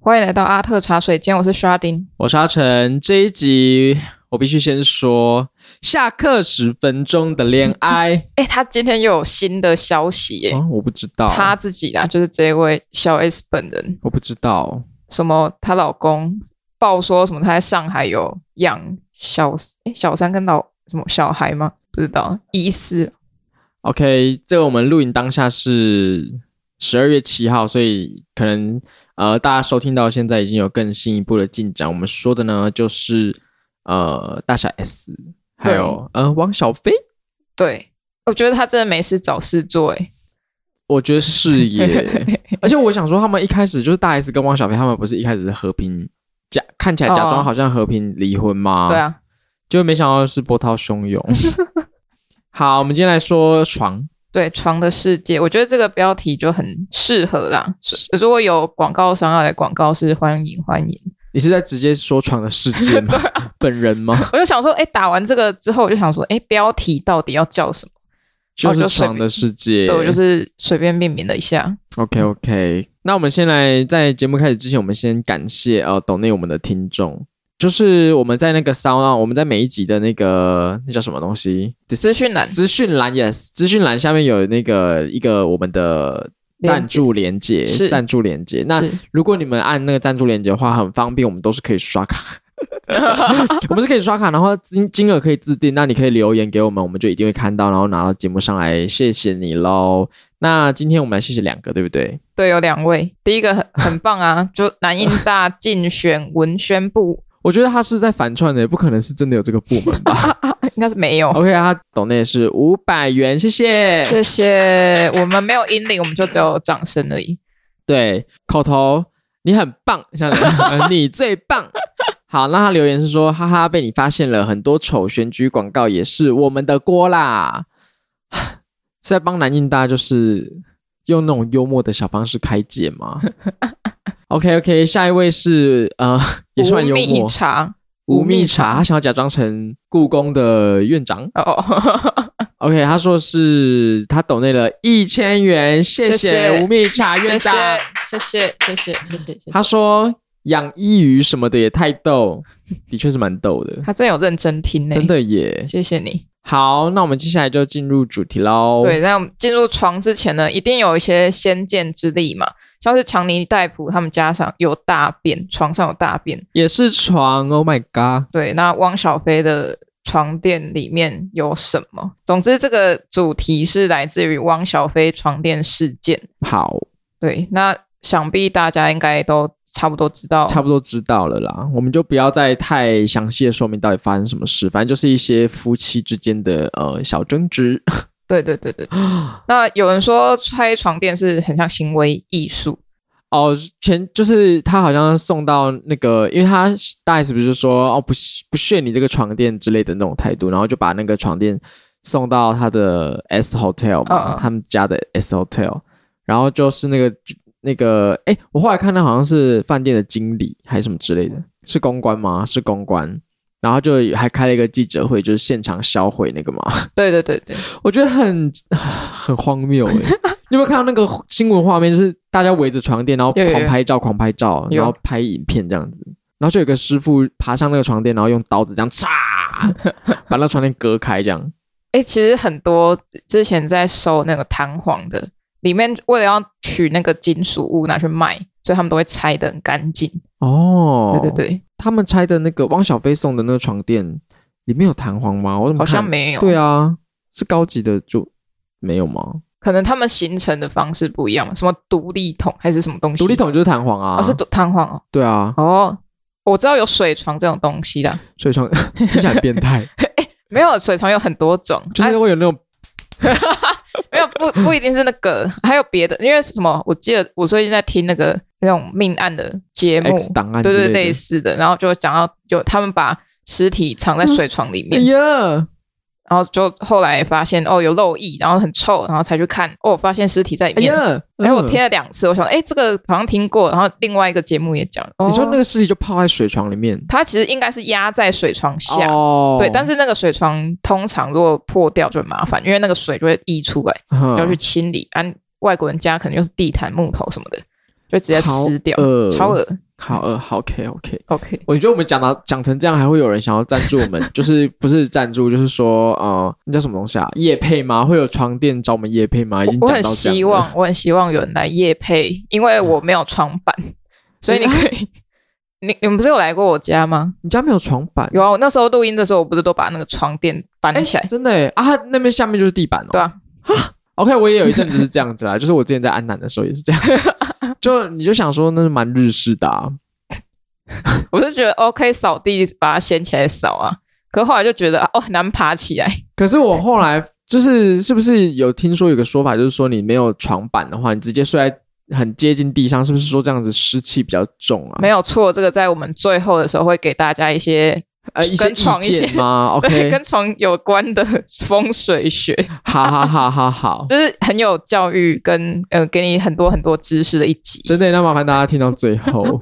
欢迎来到阿特茶水间，我是 Sharding。我是阿成，这一集我必须先说下课十分钟的恋爱。哎，他今天又有新的消息耶，哦，我不知道，他自己啊，就是这位小 S 本人，我不知道，什么她老公报说什么他在上海有养小诶小三跟老什么小孩吗？不知道，疑似 OK，这个我们录影当下是十二月七号，所以可能呃大家收听到现在已经有更新一步的进展。我们说的呢就是呃大小 S，还有呃王小飞，对。我觉得他真的没事找事做，哎，我觉得是 耶。 而且我想说，他们一开始就是大 S 跟王小飞，他们不是一开始是和平假看起来假哦装好像和平离婚吗？对啊，就没想到是波涛 汹涌。好，我们今天来说床，对床的世界，我觉得这个标题就很适合啦。所以如果有广告商要来广告，是欢迎欢迎。你是在直接说床的世界 吗？啊本人吗？我就想说，哎，打完这个之后，我就想说，哎，标题到底要叫什么？就是床的世界。对我就是随便命名了一下。 OK OK。那我们先来在节目开始之前，我们先感谢呃抖内我们的听众，就是我们在那个 Sound，On，我们在每一集的那个那叫什么东西资讯栏资讯栏 Yes，资讯栏下面有那个一个我们的赞助连接，是赞助连接。那是如果你们按那个赞助链接的话，很方便，我们都是可以刷卡， 我们是可以刷卡，然后金金额可以自定，那你可以留言给我们，我们就一定会看到，然后拿到节目上来，谢谢你喽。那今天我们来谢谢两个，对不对？对，有两位，第一个很很棒啊，就南印大竞选文宣部，我觉得他是在反串的，不可能是真的有这个部门吧应该是没有。 ？OK，他懂内是五百元，谢谢。谢谢，我们没有引领，我们就只有掌声而已。对，口头你很棒， 像呃你最棒。好，那他留言是说，哈哈，被你发现了，很多丑选举广告也是我们的锅啦。 是在帮南印大就是用那种幽默的小方式开解 吗？OK OK，下一位是呃，也是蛮幽无默蜜，茶吴蜜茶，他想要假装成故宫的院长。哦， OK，他说是他抖内了一千元，谢谢谢谢吴蜜茶谢院谢长。，谢谢，谢谢，谢谢，谢谢。他说养一鱼什么的也太逗， 的确是蛮逗的，他真有认真听呢，真，的耶。谢谢你。好，那我们接下来就进入主题喽。对，在我们进入床之前呢，一定有一些先见之例嘛，像是强尼戴普他们家上有大便，床上有大便，也是床，Oh my god！对，那汪小菲的床垫里面有什么？总之，这个主题是来自于汪小菲床垫事件。好，对，那想必大家应该都差不多知道，差不多知道了啦，我们就不要再太详细的说明到底发生什么事，反正就是一些夫妻之间的呃小争执。对对对 对。那有人说拆床垫是很像行为艺术，哦，前就是他好像送到那个，因为他大 S 不是说哦不不屑你这个床垫之类的那种态度，然后就把那个床垫送到他的 S Hotel 嗯嘛，嗯他们家的 S Hotel，然后就是那个那个，哎，我后来看到好像是饭店的经理还是什么之类的，是公关吗？是公关，然后就还开了一个记者会，就是现场销毁那个嘛，对对对对，我觉得很啊很荒 谬哎、你有没有看到那个新闻画面？就是大家围着床垫，然后有有有狂拍照、狂拍照，有然后拍影片这样子。然后就有个师傅爬上那个床垫，然后用刀子这样嚓，把那床垫割开这 样。哎、其实很多之前在收那个弹簧的，里面为了要取那个金属物拿去卖，所以他们都会拆的很干净。哦，对对，对，他们拆的那个汪小菲送的那个床垫里面有弹簧吗？我怎么好看像？没有。对啊，是高级的就没有吗？可能他们形成的方式不一样嘛，什么独立桶还是什么东西？独立桶就是弹簧啊，哦，是独弹簧哦。对啊，哦，我知道有水床这种东西啦，所以床 听起来很 变态，没有水床有很多种，就是啊、会有那种没有不不一定是那个，还有别的，因为什么？我记得我最近在听那个那种命案的哎节目， X 档案之对对类的类似的，然后就讲到就他们把尸体藏在水床里面，哎呀，然后就后来发现哦有漏液，然后很臭，然后才去看哦发现尸体在里哎面。呀，然后我嗯贴了两次，我想，哎，这个好像听过，然后另外一个节目也讲，你说那哦个尸体就泡在水床里面它其实应该是压在水床下，哦对，但是是那个水床通常如果破掉就很麻烦，因为那个水就会溢出来，嗯要去啊清理。按、外国人家可能又是地毯、木头什么的，就直接好湿掉，恶超恶。好饿，好 OK OK。 OK，我觉得我们讲到讲成这样，还会有人想要赞 助我们，就是不是赞助，就是说，呃，那叫什么东西啊？夜配吗？会有床垫找我们夜配吗？已经我讲到很这样希了嗯望，我很希望有人来夜配，因为我没有床板，所以你可以，你你们不是有来过我家吗？你家没有床板，有啊，我那时候录音的时候，我不是都把那个床垫搬哎起来？真的哎啊，那边下面就是地板哦。对啊 OK，我也有一阵子是这样子啦，就是我之前在安南的时候也是 这样，就你就想说那是蛮日式的啊，我就觉得 OK，扫地把它掀起来扫啊。可后来就觉得啊哦，很难爬起来。可是我后来就是是不是有听说有个说法，就是说你没有床板的话，你直接睡在很接近地上，是不是说这样子湿气比较重啊？ 没有错，这个在我们最后的时候会给大家一些呃，一些跟床意一些见吗 对？OK，跟床有关的风水学，好好好好好，这是很有教育跟呃给你很多很多知识的一集。真的，那麻烦大家听到 最后。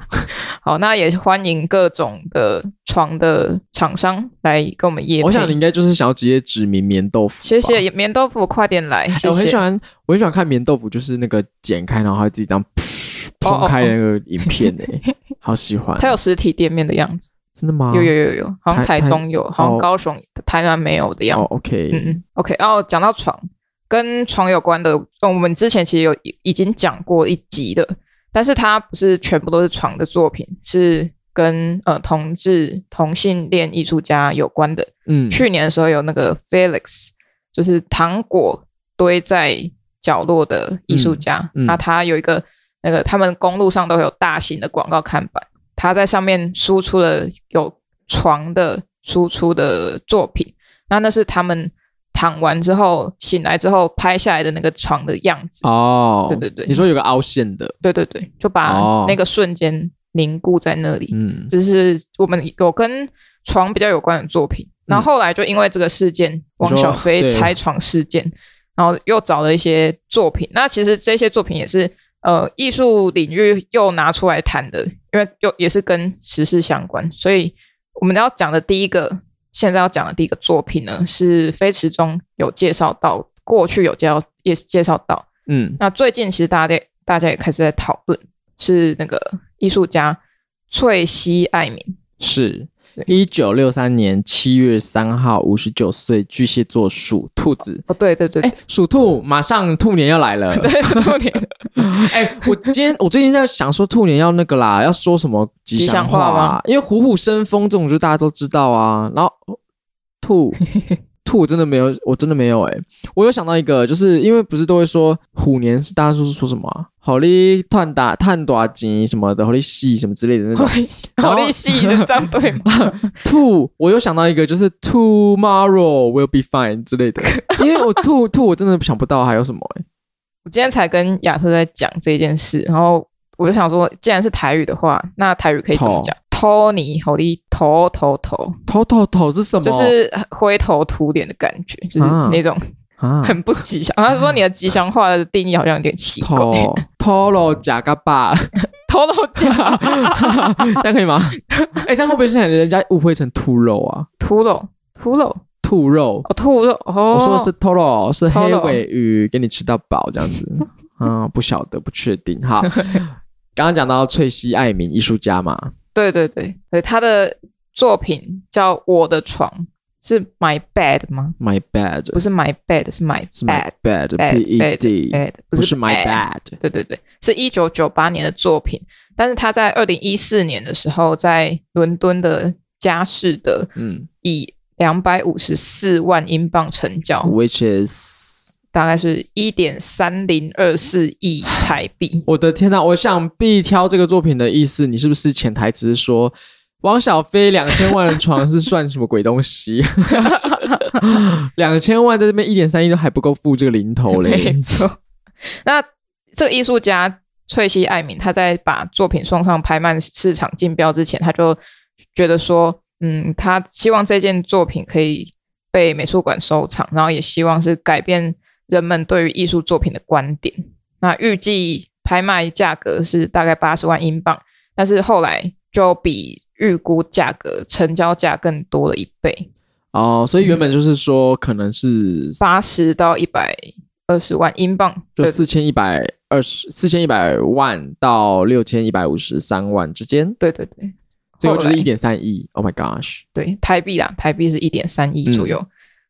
好，那也欢迎各种的床的厂商来跟我们夜配。我想你应该就是想要直接指明棉豆腐吧，谢谢棉豆腐，快点来，哎谢我很喜谢。欢，我很喜欢看棉豆腐，就是那个剪开，然后它自己这样噗哦哦砰开的那个影片诶、 好喜欢。它有实体店面的样子，真的吗？有有有有，好像啊台台中有，好像哦高雄、台南没有的样子。哦，OK，嗯嗯，OK。然后讲到床，跟床有关的，呃我们之前其实有已已经讲过一集的，但是它不是全部都是床的作品，是跟呃同志同性恋艺术家有关的。嗯去年的时候有那个 Felix，就是糖果堆在角落的艺术家，嗯嗯那他有一个那个他们公路上都会有大型的广告看板，他在上面输出了有床的输出的作品，那那是他们躺完之后醒来之后拍下来的那个床的样子，哦，对对对你说有个凹陷的，对对对，就把哦那个瞬间凝固在那里，嗯，这是我们有跟床比较有关的作品。然后后来就因为这个事件，王小飞嗯对拆床事件，然后又找了一些作品。那其实这些作品也是呃艺术领域又拿出来谈的，因为又也是跟时事相关。所以我们要讲的第一个，现在要讲的第一个作品呢，是飞驰中有介绍到，过去有介绍也介绍到，嗯那最近其实大家也大家也开始在讨论，是那个艺术家翠西艾明，是对。一九六三年七月三号，五十九岁，巨蟹座属兔子。哦，对对对，哎，属兔，马上兔年要来了。 对对 对，哎、我今天我最近在想说兔年要那个啦，要说什么吉祥话,、啊吉祥话吗因为虎虎生风这种就大家都知道啊。然后兔 兔我真的没有，我真的没有哎、我有想到一个，就是因为不是都会说虎年是大家说说什么、啊，好利探打探短吉什么的，好利喜什么之类的那 种。 好利息是这样对吗？兔，我又想到一个，就是 tomorrow will be fine 之 类的，因为我兔兔我真的想不到还有什么哎、我今天才跟亚特在讲这件事，然后我就想说，既然是台语的话，那台语可以怎么讲？托尼好利头头头，头头头是什么？就是灰头土脸的感觉，就是啊那种啊很不吉 祥。然后他说你的吉祥话的定义好像有点奇怪，偷偷了假个 爸，偷偷 讲这样可以 吗？哎、这样会不会是很人家误会成兔肉啊？秃噜秃噜兔肉，哦兔肉哦，我说的是偷肉，是偷黑肉尾鱼，给你吃到饱这样子。 嗯，不晓得，不确定。哈，刚刚讲到翠西爱民艺术家嘛，对对对对，他的作品叫《我的床》，是 My Bed 吗？ ，My bed 不是 My Bed，是 My 是 My Bed bed，B bed， E D， bed，不是 My bed bed。对对对，是一九九八年的作品，但是他在二零一四年的时候，在伦敦的佳士得嗯以两百五十四万英镑成哦交， ，Which is，大概是一点三零二四亿台币。我的天呐，我想必挑这个作品的意思，你是不是潜台词是说？王小飞两千万的床是算什么鬼东西？ 两千万在这边一点三亿都还不够付这个零 头嘞没。错。那这个艺术家翠西艾敏，他在把作品送上拍卖市场竞标之前，他就觉得说，嗯，他希望这件作品可以被美术馆收藏，然后也希望是改变人们对于艺术作品的观点。那预计拍卖价格是大概八十万英镑，但是后来就比预估价格成交价更多了一倍，哦，所以原本就是说可能是八十到一百二十万英镑就的四千一百二十四千一百万到六千一百五十三万之间，对对对，最后就是后来一点三亿。Oh my gosh！对台币啦，台币是一点三亿嗯左右。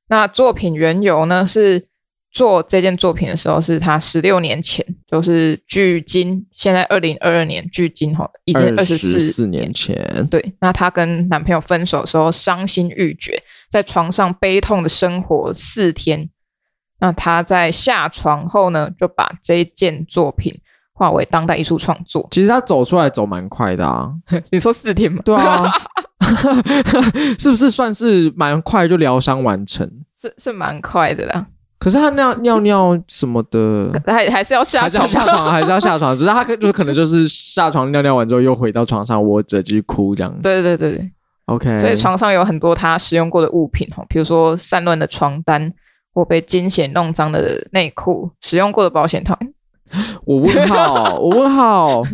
那作品缘由呢，是做这件作品的时候是他十六年前，就是距今现在二零二二年，距今哈已经二十四四年。前，对，那她跟男朋友分手的时候伤心欲绝，在床上悲痛的生活四天。那她在下床后呢，就把这一件作品化为当代艺术创作。 其实他走出来走蛮快的啊。你说四天吗？对 啊，是不是算是蛮快就疗伤完成？是是蛮快的啦，可是他尿尿尿什么的，还还是要下还是要床下吧。床，还是要下床。只是他可就是可能就是下床尿尿完之后又回到床上窝着继续哭这样。 对对对对， OK，所以床上有很多她使用过的物品哦，比如说散乱的床单或被惊险弄脏的内裤、使用过的保险套，我问 号，我问号，哦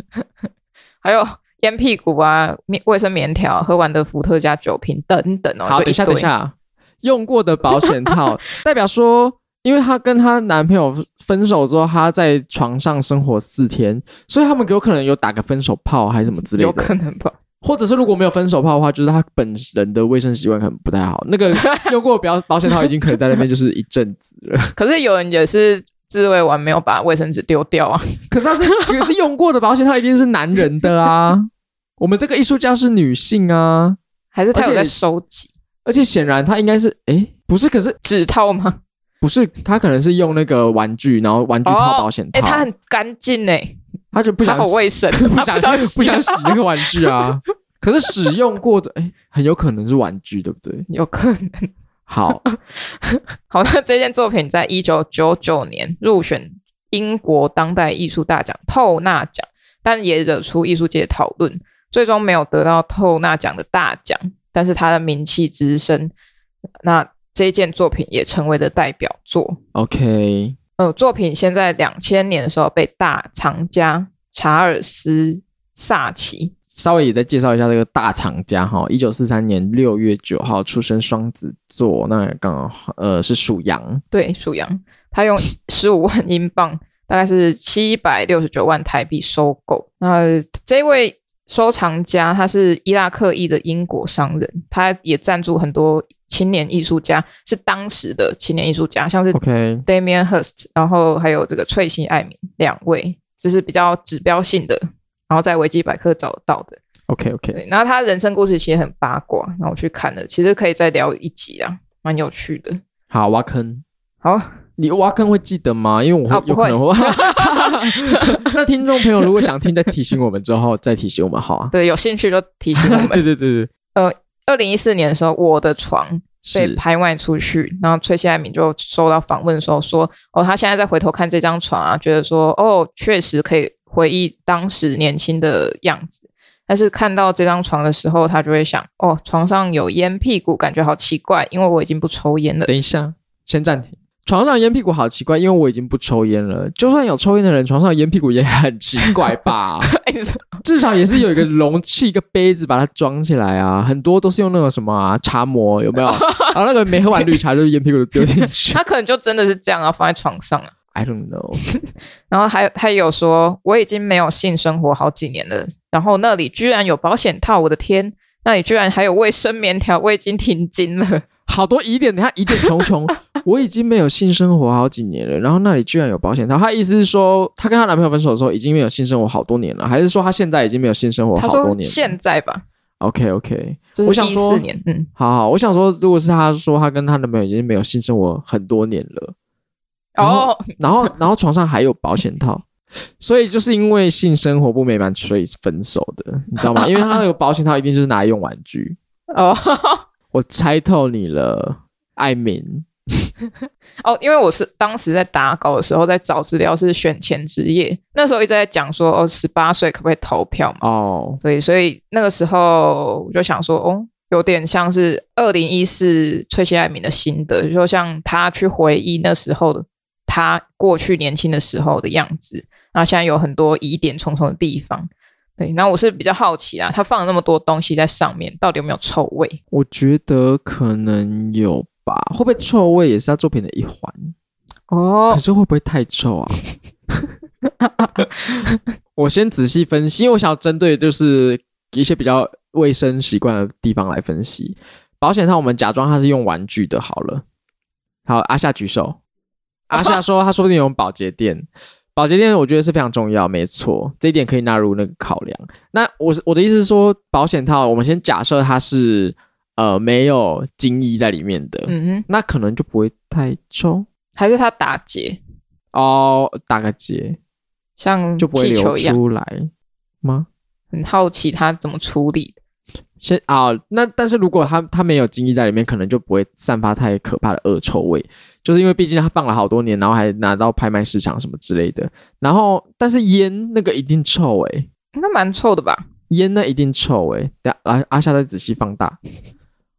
还有烟屁股啊、棉卫生棉条、喝完的伏特加酒瓶等等哦。好，就等一下，堆等一，下，用过的保 险套代表说，因为她跟她男朋友分手之后，她在床上生活四天，所以他们有可能有打个分手炮还是什么之类有的，可能吧？或者是如果没有分手炮的话，就是她本人的卫生习惯可能不太好。那 个用过保保险套已经可能在那边就是一阵子了， 可是有人也是自慰完没有把卫生纸丢掉啊。 可是她是觉得用过的保险套一定是男人的啊，我们这个艺术家是女性啊，还是他有而且在收集而且显然她应该是诶，不是，可是纸套吗？不是，他可能是用那个玩具，然后玩具套保险套，哎、他很干净哎，他就不他想好洗卫生， 不他 不想想洗不想洗那个玩具 啊。可是使用过的，哎，很有可能是玩具，对不对？有可能。好，好，那这件作品在一九九九年入选英国当代艺术大奖透纳奖，但也惹出艺术界讨论，最终没有得到透纳奖的大奖，但是他的名气直升，那这件作品也成为了代表作。 ，OK，呃，作品先在两千年的时候被大藏家查尔斯萨奇稍微也再介绍一下这个大藏家哈，一九四三年六月九号出生，双子座，那刚好呃是属羊，对属羊，他用十五万英镑，大概是七百六十九万台币收购。那这位收藏家他是伊拉克裔的英国商人，他也赞助很多青年艺术家，是当时的青年艺术家，像是 OK， Damian Hirst，然后还有这个翠西艾米两位，这是比较指标性的，然后在维基百科找得到的。 OK OK，对，然后他人生故事其实很八卦，然后我去看了，其实可以再聊一集啊，蛮有趣的。好挖坑。好，你挖坑会记得吗？因为我啊会、哦不有可会能会。 那听众朋友如果想听，再提醒我们之后再提醒我们好啊。对，有兴趣就提醒我们。 对对对对，二零一四年的时候，我的床被是拍卖出去，然后崔西艾敏就收到访问的时候说：“哦，他现在再回头看这张床啊，觉得说哦，确实可以回忆当时年轻的样子。但是看到这张床的时候，他就会想：哦，床上有烟屁股，感觉好奇怪，因为我已经不抽烟了。等一下，先暂停。床上烟屁股好奇怪，因为我已经不抽烟了。就算有抽烟的人，床上烟屁股也很奇怪吧？哎你说至少也是有一个容器、一个杯子把它装起来啊。很多都是用那种什么、啊、茶膜，有没有？然后那个没喝完绿茶就是烟屁股丢 进 去。他可能就真的是这样啊，放在床上啊。 I don't know。然后还还有说，我已经没有性生活好几年了，然后那里居然有保险套，我的天！那里居然还有卫生棉条，我已经停经了。好多疑点，他疑点重重。我已经没有性生活好几年了，然后那里居然有保险套。他意思是说，她跟她男朋友分手的时候已经没有性生活好多年了，还是说她现在已经没有性生活他好说多年现在吧， ？OK OK，就我是想一说四年，嗯，好好，我想说，如果是她说她跟她男朋友已经没有性生活很多年了，然后哦，然后然后床上还有保险套，所以就是因为性生活不美满，所以分手的，你知道吗？因为她那个保险套一定就是拿来用玩具。哦我猜透你了，艾敏。哦，因为我是当时在打稿的时候，在找资料是选前职业，那时候一直在讲说，哦，十八岁可不可以投票嘛？哦，对，所以那个时候我就想说，哦，有点像是二零一四崔西艾敏的心得，就像他去回忆那时候的他过去年轻的时候的样子，然后现在有很多疑点重重的地方。对，那我是比较好奇啊，他放了那么多东西在上面，到底有没有臭味？我觉得可能有吧，会不会臭味也是他作品的一环？哦可，是会不会太臭啊？我先仔细分析，因为我想要针对就是一些比较卫生习惯的地方来分析。保险上，我们假装它是用玩具的，好了。好，阿夏举哦手。阿夏说，他说不定有保洁垫。保洁垫我觉得是非常重要，没错，这一点可以纳入那个考量。那我是我的意思是说，保险套我们先假设它是呃没有精液在里面的，嗯哼，那可能就不会太臭还是它打结，哦。打个结，像就不会气球流一样。出来吗？很好奇它怎么处理的。先啊、那但是如果它它没有精液在里面，可能就不会散发太可怕的恶臭味，就是因为毕竟它放了好多年，然后还拿到拍卖市场什么之类的。然后，但是烟那个一定臭诶、应该蛮臭的吧？烟那一定臭欸诶、等啊下阿阿夏再仔细放大，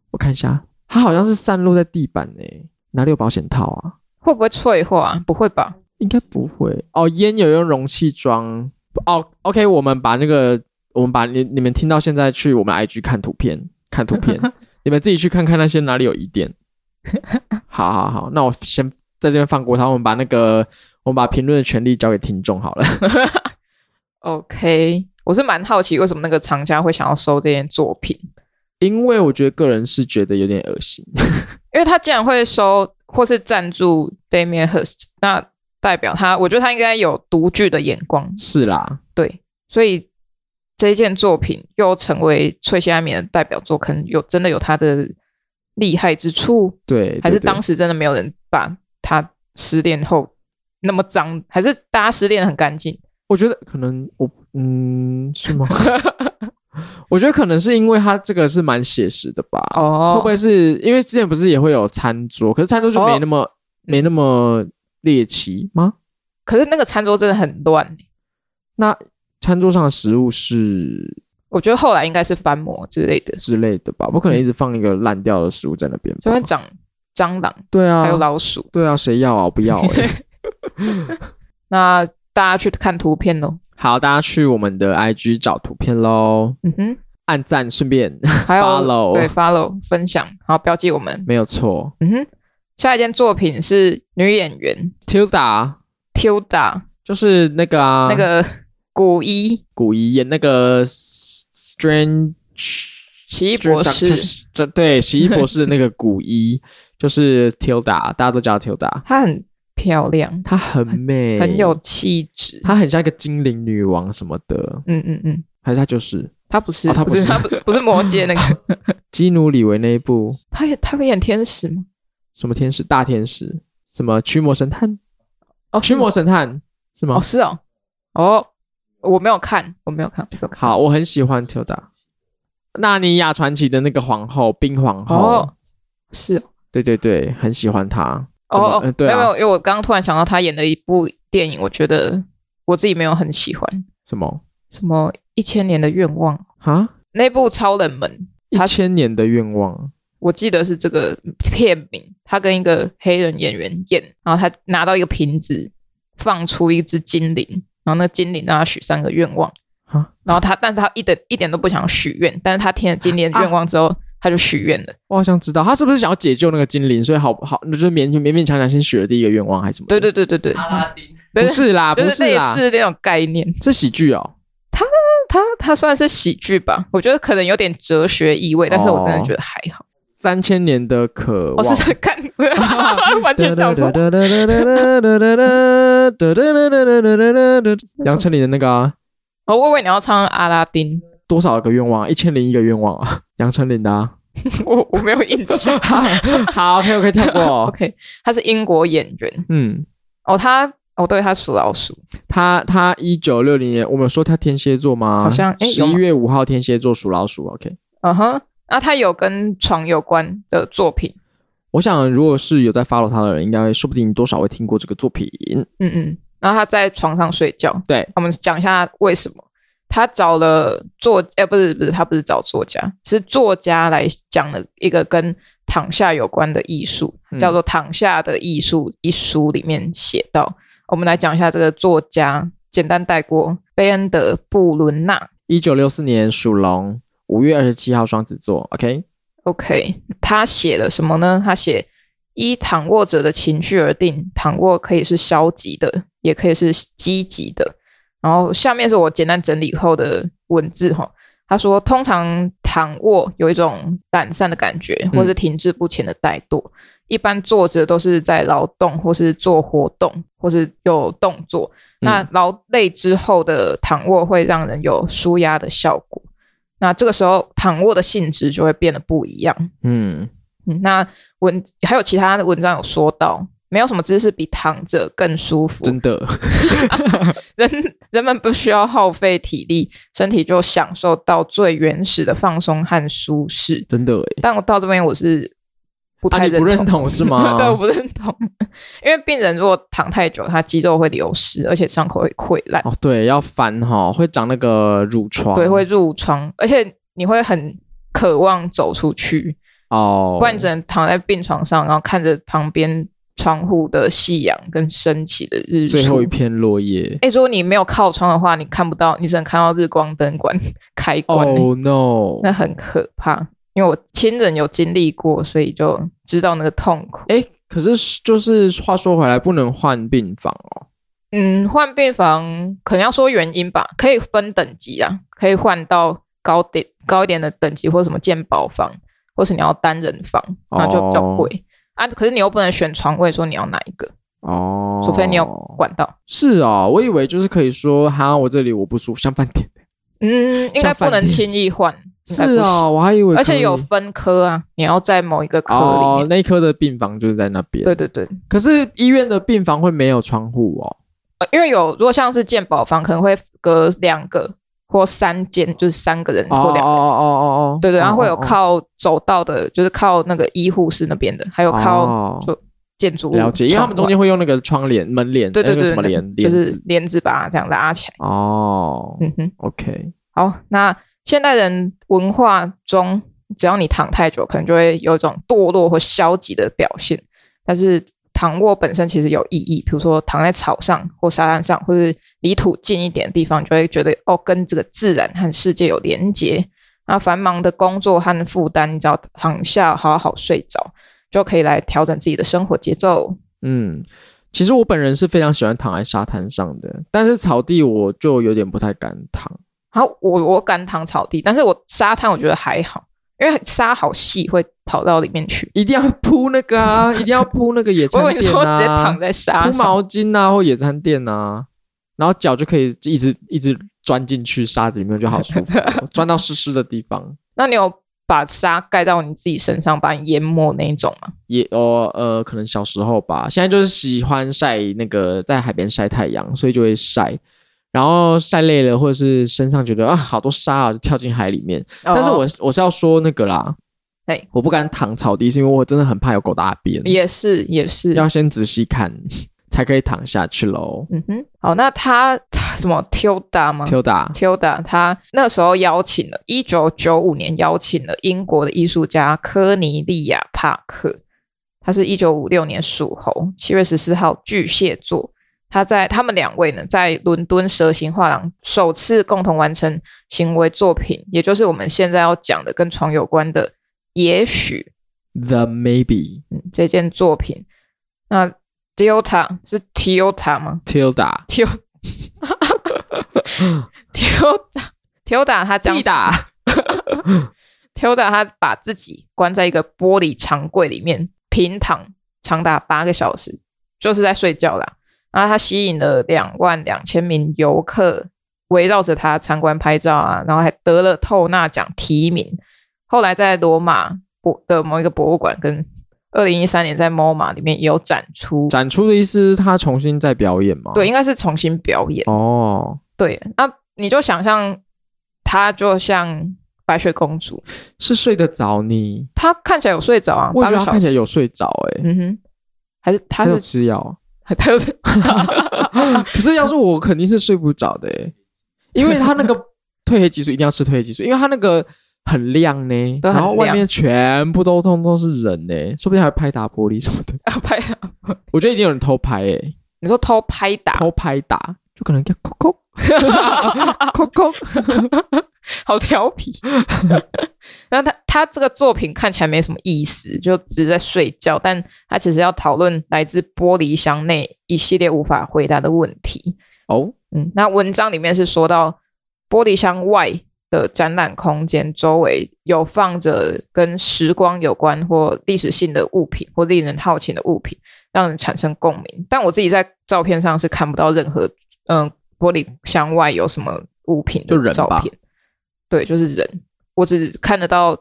我看一下，它好像是散落在地板诶、哪里有保险套啊？会不会脆化？啊不会吧？应该不会哦。烟有用容器装哦。OK，我们把那个，我们把你你们听到现在去我们 IG 看图片，看图片，你们自己去看看那些哪里有疑点。好好好，那我先在这边放过他，我们把那个我们把评论的权利交给听众好了。 OK，我是蛮好奇为什么那个厂家会想要收这件作品，因为我觉得个人是觉得有点恶心，因为他既然会收或是赞助 Damien Hirst，那代表他，我觉得他应该有独具的眼光，是啦，对，所以这件作品又成为翠西安眠的代表作，可能有真的有它的厉害之处，对，还是对对当时真的没有人把他失恋后那么脏，还是大家失恋很干净？我觉得可能我嗯是吗？我觉得可能是因为他这个是蛮写实的吧。哦哦会不会是因为之前不是也会有餐桌，可是餐桌就没那么、没那么猎奇吗？可是那个餐桌真的很乱，欸那餐桌上的食物是我觉得后来应该是翻模之类的，之类的吧，不可能一直放一个烂掉的食物在那边吧。就会长蟑螂对啊，嗯还有老鼠。对啊，谁要啊？我不 要、欸。那大家去看图片喽。好，大家去我们的 IG 找图片喽，嗯哼，按赞顺便 还有 follow 对 follow 分享，好标记我们。没有错。嗯哼，下一件作品是女演员 Tilda Tilda，、就是那个啊，那个古一古一演那个 Strange 奇异博士，这对奇异博士的那个古一 就是 Tilda，大家都叫她 Tilda，她很漂亮，她很美，很有，气质。她很像一个精灵女王什么的，嗯嗯嗯，还是她就是她不是，哦她不是她不不是魔戒那 个，基努里维那一部她也她会演天使吗？什么天使大天使，什么驱魔神探，哦，驱魔神探是吗哦？是哦哦，我没有看，我没有看，我没有看好，我很喜欢 Tilda，纳尼亚传奇的那个皇后冰皇后哦，是哦对对对，很喜欢她。怎么哦，呃哦对啊没有没有，因为我刚刚突然想到她演的一部电影，我觉得我自己没有很喜欢，什么什么一千年的愿望啊？那部超冷门，一她千年的愿望，我记得是这个片名，他跟一个黑人演员演，然后他拿到一个瓶子，放出一只精灵，然后那精灵让他许三个愿望啊，然后他，但是他一点一点都不想许愿，但是他听了精灵的愿啊望之后，他就许愿了。我好像知道他是不是想要解救那个精灵，所以好好就是勉勉勉强强先许了第一个愿望还是什么？对，对对对对，丁，对不是啦，就不类啦，似那种概念。是喜剧哦。他他算是喜剧吧，我觉得可能有点哲学意味，但是我真的哦觉得还好。三千年的渴望，我、哦是在 看，完全讲说杨丞琳的那个啊哦，我以为你要唱阿拉丁，多少个愿望啊？一千零一个愿望啊，杨丞琳 的啊。 我我没有印象。好，OK OK，跳过。 OK，他是英国演员嗯，哦，他哦，对他属老鼠，他他一九六零年，我们说他天蝎座吗？好像诶十有一吗月五号天蝎座属老鼠。OK，嗯哼，那他有跟床有关的作品，我想，如果是有在 follow 他的人，应该说不定多少会听过这个作品。嗯嗯，然后他在床上睡觉，对，我们讲一下为什么。他找了作，哎、不是不是，他不是找作家，是作家来讲了一个跟躺下有关的艺术，嗯叫做《躺下的艺术》一书里面写到，我们来讲一下这个作家，简单带过，贝恩德·布伦纳，一九六四年属龙，五月二十七号双子座。OK， OK，他写了什么呢？他写依躺卧者的情绪而定，躺卧可以是消极的，也可以是积极的。然后下面是我简单整理后的文字哈，他说通常躺卧有一种懒散的感觉，或是停滞不前的怠惰。一般坐着都是在劳动，或是做活动，或是有动作。那劳累之后的躺卧会让人有舒压的效果。那这个时候躺卧的性质就会变得不一样。嗯，嗯，那文还有其他的文章有说到，没有什么姿势比躺着更舒服。真的， 人人们不需要耗费体力，身体就享受到最原始的放松和舒适。真的哎，但我到这边我是不啊，太你认不同，认同是吗？对，我不认同， 因为病人如果躺太久，他肌肉会流失，而且伤口会溃烂，哦，对，要翻哈，会长那个褥疮，对，会褥疮，而且你会很渴望走出去，哦，不然你只能躺在病床上，然后看着旁边窗户的夕阳跟升起的日出。最后一片落叶。哎、如果你没有靠窗的话，你看不到，你只能看到日光灯关 开关、 Oh no！那很可怕。因为我亲人有经历过，所以就知道那个痛苦。哎，可是就是话说回来，不能换病房哦。嗯，换病房可能要说原因吧，可以分等级啊，可以换到高点高一点的等级，或者什么健保房，或是你要单人房，哦那就比较贵、啊。可是你又不能选床位，说你要哪一个，哦，除非你有管道。是哦，我以为就是可以说哈，我这里我不舒服，像饭店。嗯，应该不能像饭店轻易换，应该不是哦，我还以为行，而且可以有分科啊，你要在某一个科里哦面。，那一科的病房就是在那边。对对对，可是医院的病房会没有窗户哦。呃因为有如果像是健保房，可能会隔两个或三间，就是三个人哦或哦两个人。哦哦哦，对对，然后会有哦哦靠走道的，就是靠那个医护室那边的，还有靠哦就建筑物了解，因为他们中窗户间会用那个窗帘、门帘，呃对对那个对什么那帘，就帘是子帘子把它这样拉起来。哦嗯哼， ，OK，好，那现代人文化中，只要你躺太久，可能就会有一种堕落或消极的表现。但是躺卧本身其实有意义，比如说躺在草上或沙滩上，或是离土近一点的地方，你就会觉得哦，跟这个自然和世界有连结。那繁忙的工作和负担，你只要躺下好好睡着，就可以来调整自己的生活节奏。嗯，其实我本人是非常喜欢躺在沙滩上的，但是草地我就有点不太敢躺。然后我我敢躺草地，但是我沙滩我觉得还好，因为沙好细，会跑到里面去。一定要铺那个啊，一定要铺那个野餐 我跟你垫说，啊，直接躺在沙铺上，毛巾啊或野餐垫啊，然后脚就可以一直一直钻进去沙子里面，就好舒 服哦，钻到湿湿的地方。那你有把沙盖到你自己身上，把你淹没那一种吗？也哦呃，可能小时候吧，现在就是喜欢晒那个在海边晒太阳，所以就会晒，然后晒累了或者是身上觉得啊好多沙啊，就跳进海里面。但是我哦我是要说那个啦，嘿我不敢躺草地，是因为我真的很怕有狗大便，也是也是，要先仔细看才可以躺下去喽。嗯哼，好，那他他什么 Tilda 吗 Tilda， ？Tilda 他那时候邀请了，一九九五年邀请了英国的艺术家科尼利亚·帕克，他是一九五六年属猴，七月十四号巨蟹座。他在他们两位呢，在伦敦蛇形画廊首次共同完成行为作品，也就是我们现在要讲的跟床有关的《也许》 The Maybe 嗯这件作品。那 Delta 是 Tiota 吗？ Tilda t i o t i o d a t i o d a 他这样 Tilda t i o d a 他把自己关在一个玻璃长柜里面平躺长达八个小时，就是在睡觉啦。然后他吸引了两万两千名游客围绕着他参观拍照啊，然后还得了透纳奖提名。后来在罗马博的某一个博物馆跟二零一三年在 MoMA 里面也有展出，展出的意思是他重新再表演吗？对，，应该是重新表演。哦，对，那你就想象她就像白雪公主，是睡得着你，她看起来有睡着啊，我觉得八他个看起来小时，有睡着哎、欸，嗯哼，还是她他有是吃药。她是可是要是我肯定是睡不着的、欸，因为他那个褪黑激素一定要吃褪黑激素，因为他那个很亮呢、都很然后外亮面全部都通通是人呢、说不定还会拍打玻璃什么的。要拍，我觉得一定有人偷拍欸诶、你说偷拍打， 偷拍打就可能叫扣扣扣扣，好调 皮。那他他这个作品看起来没什么意思，就只是在睡觉，但他其实要讨论来自玻璃箱内一系列无法回答的问题。哦，嗯，那文章里面是说到玻璃箱外的展览空间周围有放着跟时光有关或历史性的物品或令人好奇的物品，让人产生共鸣。但我自己在照片上是看不到任何嗯、玻璃箱外有什么物品就的人照吧片，对，就是人，我只看得到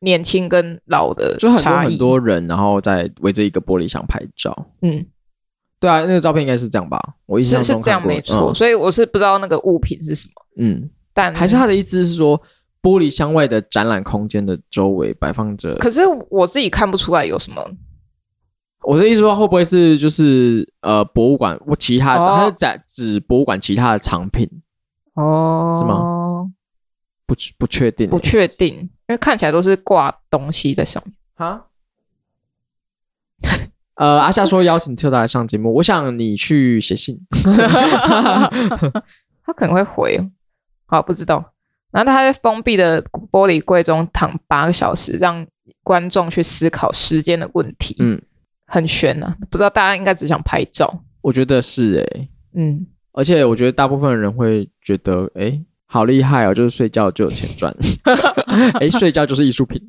年轻跟老的就很多差异。很多人，然后在围着一个玻璃箱拍照。嗯，对啊，那个照片应该是这样吧？我印象是是中这看样过没错，所以我是不知道那个物品是什么，嗯，嗯但还是他的意思是说，玻璃箱外的展览空间的周围摆放着。可是我自己看不出来有什么我的意思说，会不会是就是呃博物馆或其他的展，哦它是展指博物馆其他的藏品？哦，是吗？不知不确定欸、不确定，因为看起来都是挂东西在上面。 哈？ 呃，阿夏说邀请特大来上节目，我想你去写信。他可能会回哦，好不知道。然后他在封闭的玻璃柜中躺八个小时，让观众去思考时间的问题。嗯，很悬啊，不知道大家应该只想拍照。我觉得是欸诶、嗯，而且我觉得大部分人会觉得，诶，好厉害哦，就是睡觉就有钱赚。诶，睡觉就是艺术 品，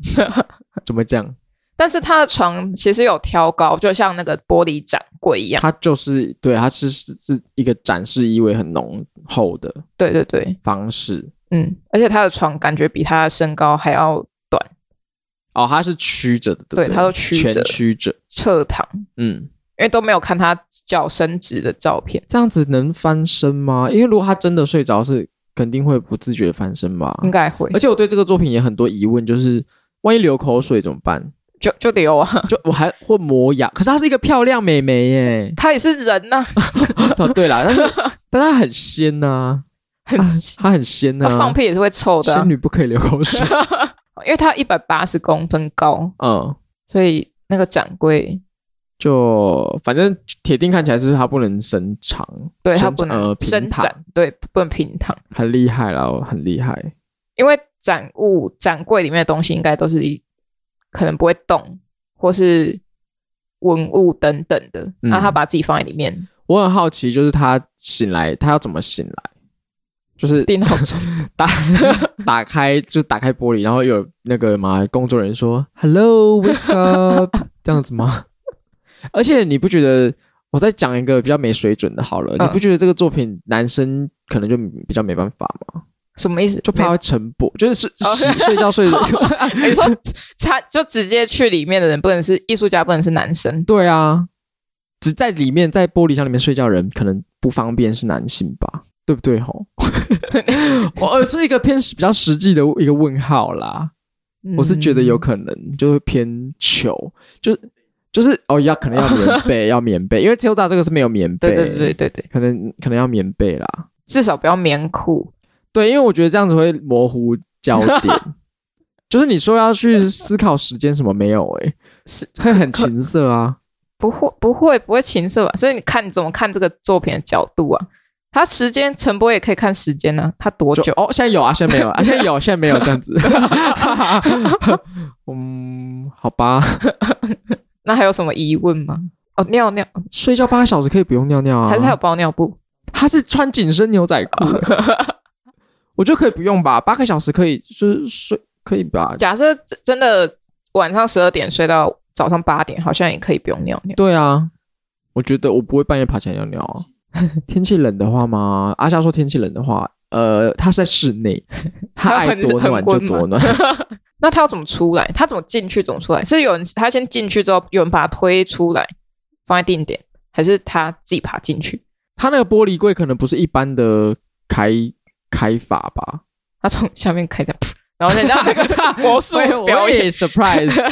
怎么讲？但是他的床其实有挑高，就像那个玻璃展柜一样。它就是对，它是是是一个展示意味很浓厚的对对对，方式。嗯，而且他的床感觉比他的身高还要哦，它是曲着的，对对不对，它都曲全着曲着。侧躺，嗯，因为都没有看他脚伸直的照片。这样子能翻身吗？因为如果他真的睡着，是肯定会不自觉地翻身吧。应该会，而且我对这个作品也很多疑问，就是万一流口水怎么办？就就留啊，。就我还会磨牙，可是她是一个漂亮美眉耶他也是人呐、哦，对啦， 但是但她很仙呐、很她她很仙呐、他放屁也是会臭的啊、仙女不可以流口 水。因为他一百八十公分高，嗯，所以那个展柜就反正铁定看起来是她不能伸长，对他伸不呃能平伸躺展，对不能平躺，很厉害啦，很厉害。因为展物展柜里面的东西应该都是一可能不会动，或是文物等等的，嗯那、他把自己放在里面，我很好奇，就是她醒来，她要怎么醒来？就是定好重，打 打开就是打开玻璃，然后有那个嘛工作人员说 “Hello, wake up” 这样子吗？而且你不觉得我再讲一个比较没水准的好了？嗯你不觉得这个作品男生可能就比较没办法吗？ 什么意思？就怕没会晨勃，就是哦洗睡觉睡着。 你说他就直接去里面的人不能是艺术家，不能是男生，对啊，只在里面在玻璃箱里面睡觉的人可能不方便是男性吧？对不对吼？ 我我是一个偏比较实际的一个问号啦。我是觉得有嗯可能就会偏糗，就是就是哦，要可能要 棉被，要棉被，因为 Tilda 这个是没有棉对被，对对，对对，可能可能要棉被啦。至少不要棉裤，对，因为我觉得这样子会模糊焦 点，就是你说要去思考时间什么没有、欸，是哦会很情色啊。不会不会不会情色吧？所以你看你怎么看这个作品的角度啊？他时间陈波也可以看时间呢、啊，他多就久？哦，现在有啊，现在没有啊，现在有，现在没有 这样子。 嗯，好吧，那还有什么疑问吗？哦，尿尿、睡觉八个小时可以不用尿尿啊？还是还有包尿布？他是穿紧身牛仔裤的，我觉得可以不用吧，八个小时可以就是睡可以吧？假设真真的晚上十二点睡到早上八点，好像也可以不用尿尿。对啊，我觉得我不会半夜爬起来尿尿啊。天气冷的话嘛，阿夏说天气冷的话，呃，他是在室内，他爱很多暖很就温多吗暖。那他要怎么出来？他怎么进去？怎么出来？是有人他先进去之后，有人把他推出来，放在定点，还是他自己爬进去？ 他那个玻璃柜可能不是一般的开开法吧？他从下面开的，噗然后人家 那个魔术我表我演，也 surprise，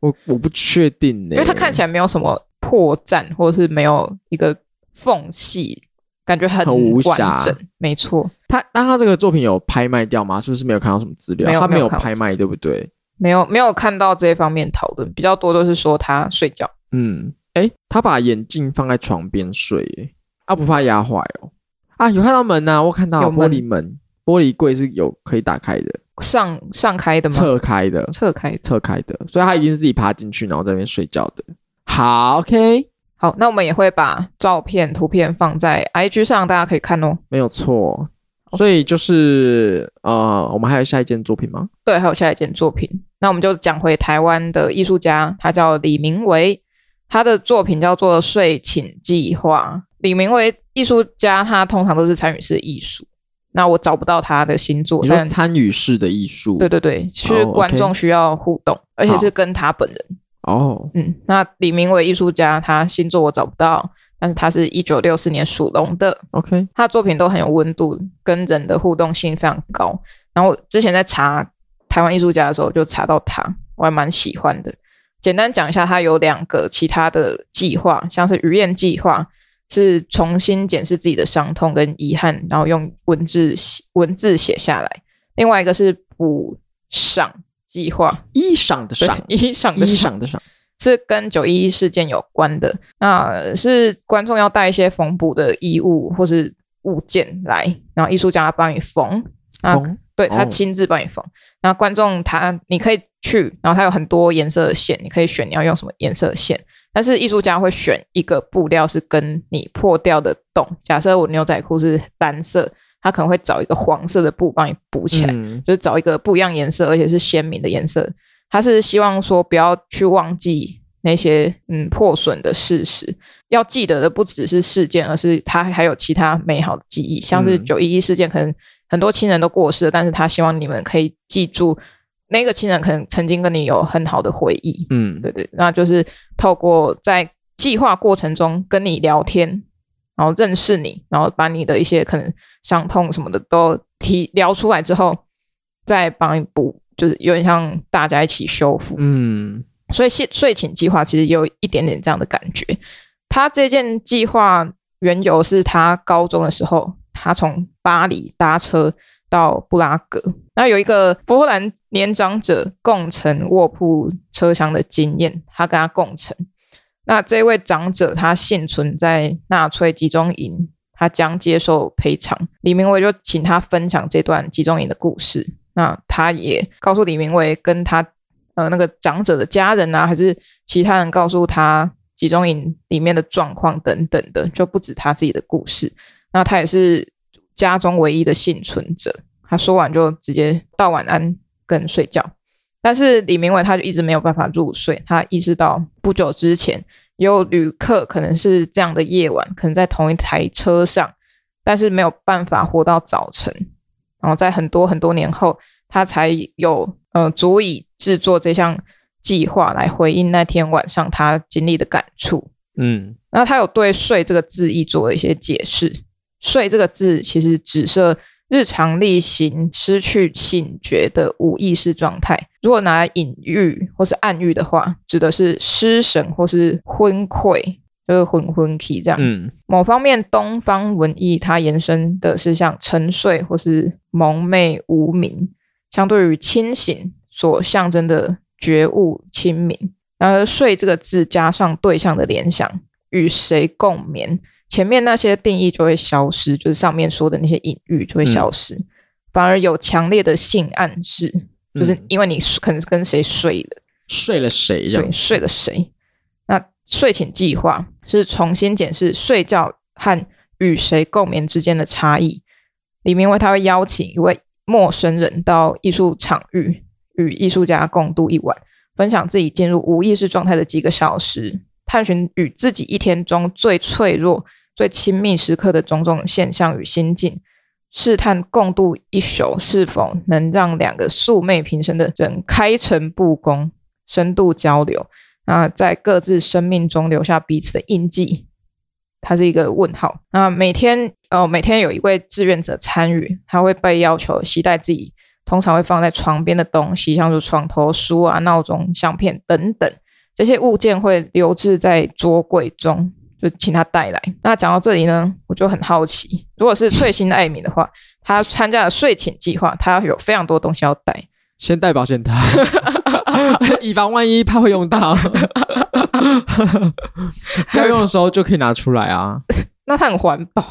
我我不确定呢、因为他看起来没有什么破绽，或者是没有一个缝隙，感觉很很无完瑕整。没错，他那他这个作品有拍卖掉吗？是不是没有看到什么资料？没有他没有有看到拍卖，对不对？没有没有看到这方面讨论，比较多都是说他睡觉。嗯，诶，他把眼镜放在床边睡耶，啊，不怕压坏哦？啊，有看到门呐、我看到有玻门璃门，玻璃柜是有可以打开的，上上开的吗？侧开的，侧开的。侧开的，所以他一定是自己爬进去，然后在那边睡觉的。好，OK，好，那我们也会把照片、图片放在 IG 上，大家可以看哦。没有错。所以就是呃，我们还有下一件作品吗？对，还有下一件作品，那我们就讲回台湾的艺术家，他叫李明维，他的作品叫做《睡寝计划》。李明维艺术家，他通常都是参与式艺术。那我找不到他的新作，你说但参与式的艺术？对对对，是哦，OK 观众需要互动，而且是跟他本人。哦，嗯，那李明伟艺术家，他新作我找不到，但是他是一九六四年属龙的， OK，他的作品都很有温度，跟人的互动性非常高。然后我之前在查台湾艺术家的时候，就查到他，我还蛮喜欢的。简单讲一下，他有两个其他的计划，像是鱼宴计划，是重新检视自己的伤痛跟遗憾，然后用文字写文字写下来；另外一个是补赏计划，衣裳的对 裳，，衣裳衣的赏。裳的裳，是跟九一一事件有关的。那是观众要带一些缝补的衣物或是物件来，然后艺术家帮你缝。啊，风对他哦亲自帮你缝。那观众他你可以去，然后他有很多颜色的线，你可以选你要用什么颜色的线。但是艺术家会选一个布料是跟你破掉的洞。假设我牛仔裤是蓝色，他可能会找一个黄色的布帮你补起来。嗯就是找一个不一样颜色，而且是鲜明的颜色。他是希望说不要去忘记那些嗯破损的事实，要记得的不只是事件，而是他还有其他美好的记忆，像是嗯九一一事件，可能很多亲人都过世了，但是他希望你们可以记住那个亲人可能曾经跟你有很好的回忆。嗯，对对，那就是透过在计划过程中跟你聊天，然后认识你，然后把你的一些可能伤痛什么的都提聊出来之后，再帮你补，就是有点像大家一起修复。嗯，所以睡睡寝计划其实也有一点点这样的感觉。他这件计划缘由是他高中的时候，他从巴黎搭车到布拉格，那有一个波兰年长者共乘卧铺车厢的经验，他跟他共乘。那这位长者他幸存在纳粹集中营，他将接受赔偿。李明伟就请他分享这段集中营的故事。那他也告诉李明伟跟他呃那个长者的家人啊，还是其他人告诉他集中营里面的状况等等的，就不止他自己的故事。那他也是家中唯一的幸存者。他说完就直接道晚安跟睡觉。但是李明伟他就一直没有办法入睡，他意识到不久之前有旅客可能是这样的夜晚，可能在同一台车上，但是没有办法活到早晨。然后在很多很多年后，他才有呃足以制作这项计划来回应那天晚上他经历的感触。嗯，那他有对“睡”这个字义做了一些解释。“睡”这个字其实指涉日常例行失去醒觉的无意识状态。如果拿来隐喻或是暗喻的话，指的是失神或是昏聩，就是昏昏 k 这样。嗯，某方面，东方文艺它延伸的是像沉睡或是蒙昧无明，相对于清醒所象征的觉悟清明。然而，睡这个字加上对象的联想，与谁共眠，前面那些定义就会消失，就是上面说的那些隐喻就会消失，反而有强烈的性暗示，就是嗯因为你可能是跟谁睡了。睡了谁这对，样？睡了谁？那睡寝计划是重新检视睡觉和与谁共眠之间的差异。李明威他会邀请一位陌生人到艺术场域，与艺术家共度一晚，分享自己进入无意识状态的几个小时，探寻与自己一天中最脆弱、最亲密时刻的种种现象与心境。试探共度一宿是否能让两个素昧平生的人开诚布公，深度交流，那在各自生命中留下彼此的印记。它是一个问号。那每天呃，每天有一位志愿者参与，他会被要求携带自己通常会放在床边的东西，像是床头书啊、闹钟、相片等等，这些物件会留置在桌柜中，就请他带来。那讲到这里呢，我就很好奇，如果是翠心艾米的话，她参加了睡寝计划，她有非常多东西要带，先带保险套， 以防万一，怕会 用到。要用的时候就可以拿出来啊。那它很环保。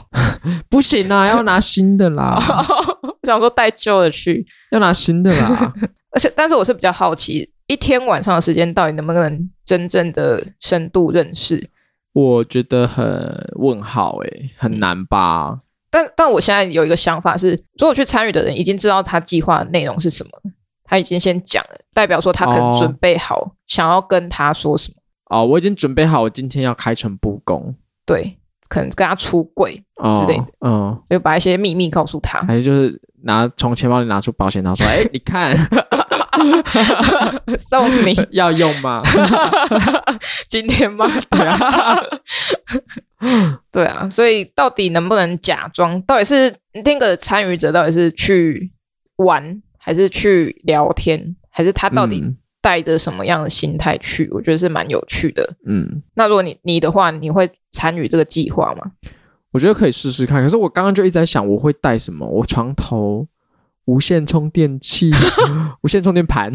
不行啊，要拿新的啦， 我想说带旧的去，要拿新的啦。而且但是我是比较好奇，一天晚上的时间到底能不能真正的深度认识？我觉得很问号诶、很难吧？但但我现在有一个想法是，如果去参与的人已经知道他计划的内容是什么了，他已经先讲了，代表说他可能哦准备好、想要跟他说什么，哦，我已经准备好，我今天要开诚布公对，可能跟他出柜，哦之类的，嗯，就把一些秘密告诉他。 还是就是拿从钱包里拿出保险套说，哎、你看送你要用吗？今天吗？对 啊，对啊，所以到底能不能假装？到底是那个参与者到底是去玩，还是去聊天，还是他到底嗯带着什么样的心态去？我觉得是蛮有趣的。嗯，那如果你你的话，你会参与这个计划吗？ 我觉得可以试试看。可是我刚刚就一直在想，我会带什么？我床头无线充电 器、无线充电盘，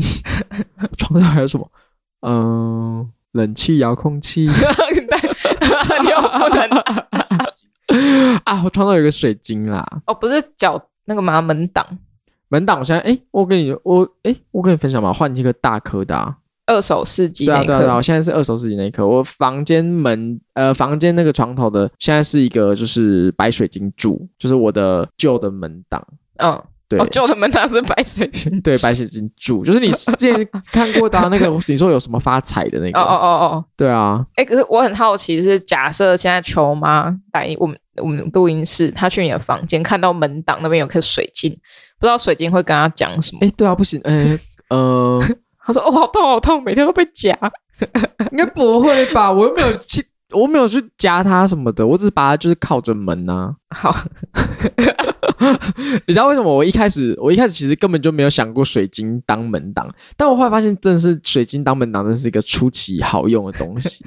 床上还有什么？嗯、冷气遥 控器但你又不能 啊，我床上有个水晶啦。哦，不是脚那个嘛门挡，门挡我现在哎、我跟你我哎、我跟你分享吧，换一个大颗的、啊。二手市集对那啊一对啊对啊，刻我现在是二手市集那一颗。我房间门呃，房间那个床头的现在是一个就是白水晶柱，就是我的旧的门挡。嗯，对、哦，旧的门挡是白水晶。对，白水晶柱，就是你之前看过的啊、那 个，你说有什么发财的那个？哦哦哦哦，对啊，哎、可是我很好奇，就是假设现在球妈来我们我们录音室，她去你的房间看到门挡那边有颗水晶，不知道水晶会跟她讲什么。哎，对啊，不行，哎，呃，她说：“哦，好痛，好痛，每天都被夹。应该不会吧？我又没有去，我没有去夹它什么的，我只是把它就是靠着门啊呐、”好，你知道为什么我一开始，我一开始其实根本就没有想过水晶当门挡，但我后来发现，真的是水晶当门挡，真是一个出奇好用的东西，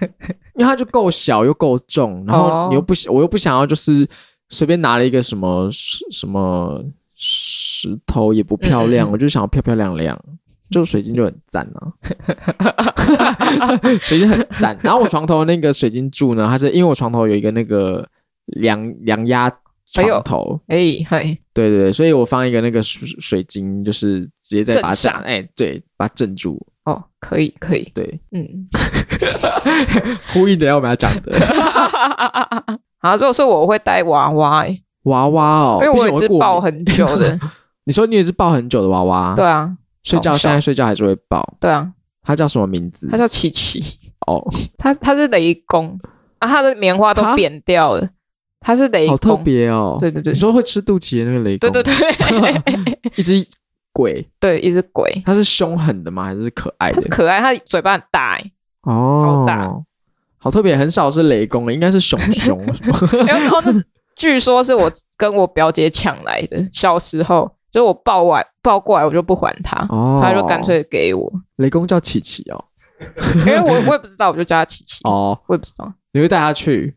因为它就够小又够重，然后哦你又不，我又不想要就是随便拿了一个什么石什么石头也不漂亮，嗯嗯嗯我就想要漂漂亮亮。就水晶就很赞 啊，水晶很赞。然后我床头那个水晶柱呢，它是因为我床头有一个那个凉凉压哎呦床头，哎、嘿，对对对，所以我放一个那个水水晶，就是直接再把它镇镇，上哎、对，把它镇住，哦，可以，可以，对，嗯，呼应的要把它讲的好，如果说我会带娃娃、欸，娃娃哦，因为不行我我也会是过抱敏很久 的，你说你也是抱很久的娃娃，对，啊，睡觉好现在睡觉还是会抱，对啊，它叫什么名字？她叫琪琪，哦，她她是雷公啊，她的棉花都哈扁掉了，她是雷公，好特别哦，对对对你说会吃肚脐的那个雷对公，对对。对， 一只鬼，对，一只鬼，它是凶狠的吗？还是可爱它是的？可爱，它嘴巴很大哎、哦，超大好特别，很少是雷公的，应该是熊熊什么 欸，然后那是据说是我跟我表姐抢来的，小时候就我抱完抱过来我就不还她，哦，她就干脆给我，雷公叫琪琪哦，因为我我也不知道，我就叫她琪琪，哦，我也不知道，你会带它去？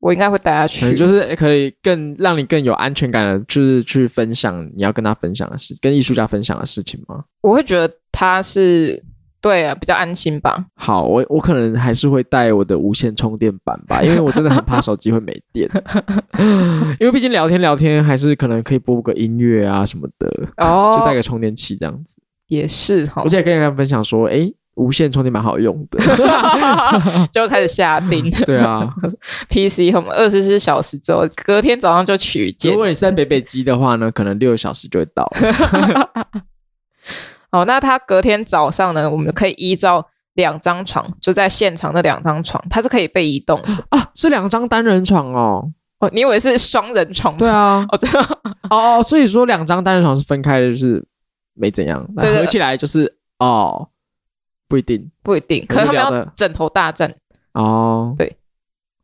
我应该会带她可去，能就是可以更让你更有安全感的，就是去分享你要跟他分享的事，跟艺术家分享的事情吗？我会觉得她是对啊，比较安心吧，好，我我可能还是会带我的无线充电板吧，因为我真的很怕手机会没电，因为毕竟聊天聊天还是可能可以播个音乐啊什么的，哦，就带个充电器这样子，也是哈而，且可以跟他分享说，诶，无线充电蛮好用的，就开始下 定对啊， PC 我们二十四小时之后，隔天早上就取件如。果你是在北北基的话呢，可能六个小时就会到，好，哦那他隔天早上呢，我们可以依照两张床，就在现场的两张床，它是可以被移动的。啊，是两张单人床哦，哦，你以为是双人床吗？对啊， 哦，真的，哦哦，所以说两张单人床是分开的，就是没怎样，那对对合起来就是哦，不一定不一定，可很能无他们聊的要枕头大战。哦。对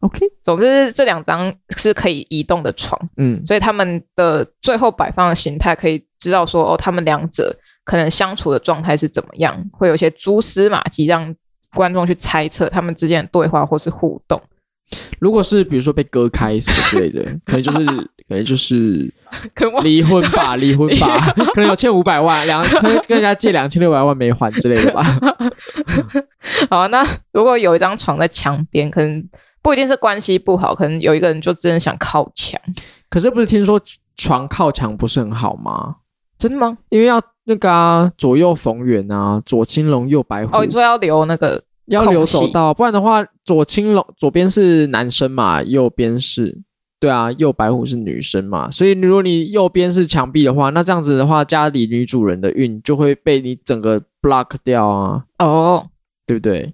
，OK，总之，这两张是可以移动的床，嗯，所以他们的最后摆放的形态可以知道说，哦，他们两者可能相处的状态是怎么样，会有一些蛛丝马迹，让观众去猜测他们之间的对话或是互动。 如果是比如说被割开什么之类的，可能就是可能就是可能我离婚吧，离婚吧，可能有欠五百万，两可能跟人家借两千六百万没还之类的吧。 好，那如果有一张床在墙边，可能不不一定是关系不好，可能有一个人就真的想靠墙，可是不是听说床靠墙不是很好吗？真的吗？因为要那个啊，左右逢源啊，左青龙右白虎，哦，你说要留那个要留空隙走道，不然的话，左青龙左边是男生嘛，右边是，对啊，右白虎是女生嘛，所以如果你右边是墙壁的话，那这样子的话，家里女主人的运就会被你整个 block 掉啊， 哦，对不对？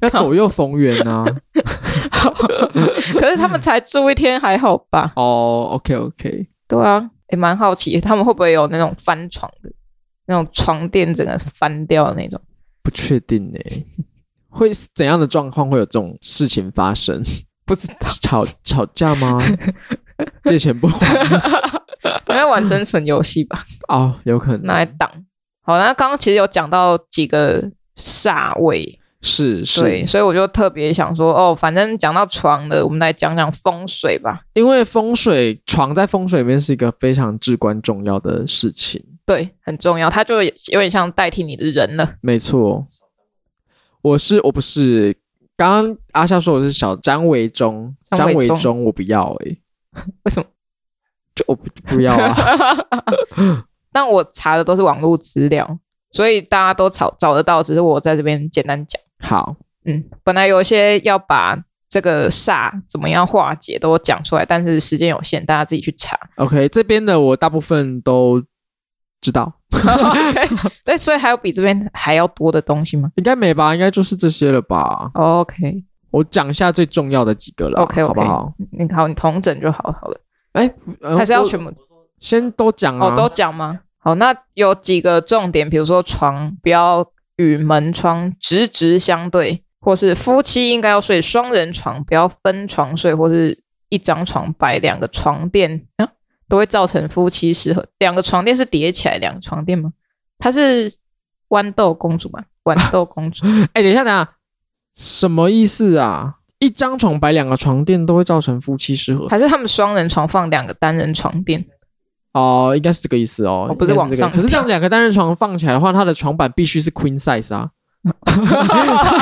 要左右逢源啊！可是他们才住一天，还好吧？哦、o k OK，对啊，也蛮好奇他们会不会有那种翻床的，那种床垫整个翻掉的那种。不确定呢、会是怎样的状况会有这种事情发生？不知道，吵吵架吗？借钱不还 应该玩生存游戏 吧，哦，有可拿来能挡。好，那刚刚其实有讲到几个煞位，是是对，，所以我就特别想说，哦，反正讲到床的，我们来讲讲风水吧。因为风水床在风水里面是一个非常至关重要的事情，对，很重要，它就有点像代替你的人了。没错。我是我不是，刚刚阿夏说我是小张维忠，张张维维忠忠我不要诶、为什么？就我不不要啊， 但我查的都是网络资料，所以大家都找找得到，只是我在这边简单讲。好，嗯，本来有一些要把这个煞怎么样化解都讲出来，但是时间有限，大家自己去查。 OK，这边的我大部分都知道， OK，对，所以还有比这边还要多的东西吗应该没吧？应该就是这些了吧？ ？OK，我讲一下最重要的几个了 OK，OK 好不好？你好，你同整就好好了，呃还是要我全部先都讲啊？哦都讲吗？好，那有几个重点，比如说床不要与门窗直直相对，或是夫妻应该要睡双人床，不要分床睡，或是一张床摆两个床垫，啊、都会造成夫妻失和。两个床垫是叠起来两个床垫吗？她是豌豆公主吗？豌豆公主哎、等一下，等一下，什么意思啊？一张床摆两个床垫都会造成夫妻失和还是他们双人床放两个单人床垫？哦，应该是这个意思哦，哦不是应该往这个上可是这样两个单人床放起来的话，它的床板必须是 queen size 啊，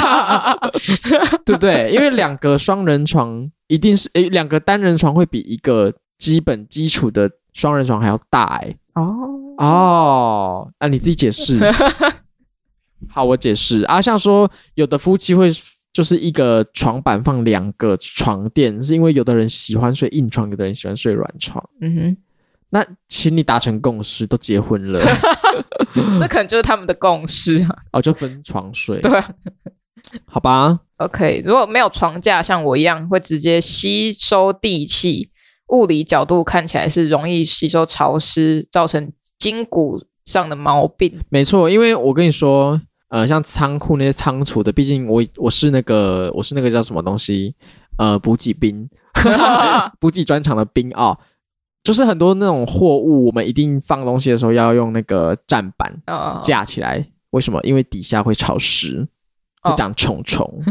对不对？因为两个双人床一定是，诶，两个单人床会比一个基本基础的双人床还要大哎、哦，哦，那、你自己解释。好，我解释啊，像说有的夫妻会就是一个床板放两个床垫，是因为有的人喜欢睡硬床，有的人喜欢睡软床。嗯那请你达成共识，都结婚了哼，这可能就是他们的共识啊。哦，就分床睡，对啊，好吧？ OK，如果没有床架，像我一样会直接吸收地气，物理角度看起来是容易吸收潮湿，造成筋骨上的毛病。没错，因为我跟你说，呃，像仓库那些仓储的，毕竟我我是那个我是那个叫什么东西，呃，补给兵， 补给专场的兵啊、就是很多那种货物，我们一定放东西的时候要用那个站板呃，架起来。为什么？因为底下会潮湿，哦会长 虫虫，